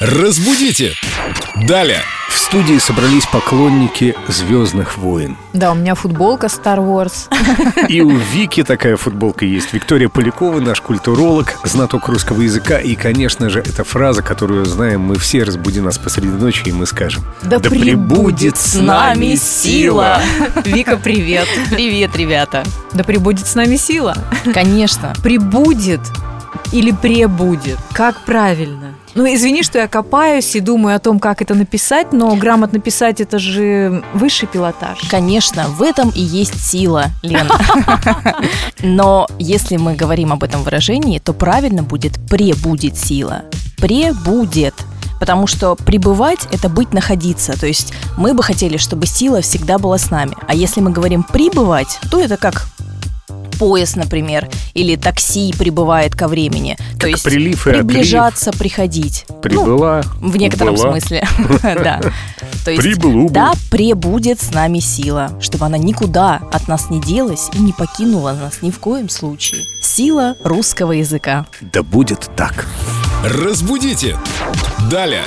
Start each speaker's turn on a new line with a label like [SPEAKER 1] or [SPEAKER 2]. [SPEAKER 1] Разбудите! Далее!
[SPEAKER 2] В студии собрались поклонники «Звездных войн».
[SPEAKER 3] Да, у меня футболка Star Wars.
[SPEAKER 2] И у Вики такая футболка есть. Виктория Полякова, наш культуролог, знаток русского языка. И, конечно же, эта фраза, которую знаем мы все, разбуди нас посреди ночи, и мы скажем.
[SPEAKER 3] Да пребудет с нами сила».
[SPEAKER 4] Вика, привет. Привет, ребята.
[SPEAKER 3] Да прибудет с нами сила.
[SPEAKER 4] Конечно.
[SPEAKER 3] Прибудет или пребудет.
[SPEAKER 4] Как правильно?
[SPEAKER 3] Ну, извини, что я копаюсь и думаю о том, как это написать, но грамотно писать это же высший пилотаж.
[SPEAKER 4] Конечно, в этом и есть сила, Лена. Но если мы говорим об этом выражении, то правильно будет «пребудет сила». «Пребудет» потому что пребывать – это быть находиться, то есть мы бы хотели, чтобы сила всегда была с нами. А если мы говорим «пребывать», то это как поезд, например, или такси прибывает ко времени. то
[SPEAKER 2] Как
[SPEAKER 4] есть
[SPEAKER 2] прилив и отлив.
[SPEAKER 4] приближаться, приходить. Ну,
[SPEAKER 2] Прибыла,
[SPEAKER 4] в некотором
[SPEAKER 2] убыла.
[SPEAKER 4] смысле, да. То есть,
[SPEAKER 2] Прибыл, убыл.
[SPEAKER 4] Да, пребудет с нами сила, чтобы она никуда от нас не делась и не покинула нас ни в коем случае. Сила русского языка.
[SPEAKER 2] Да будет так.
[SPEAKER 1] Разбудите! Далее!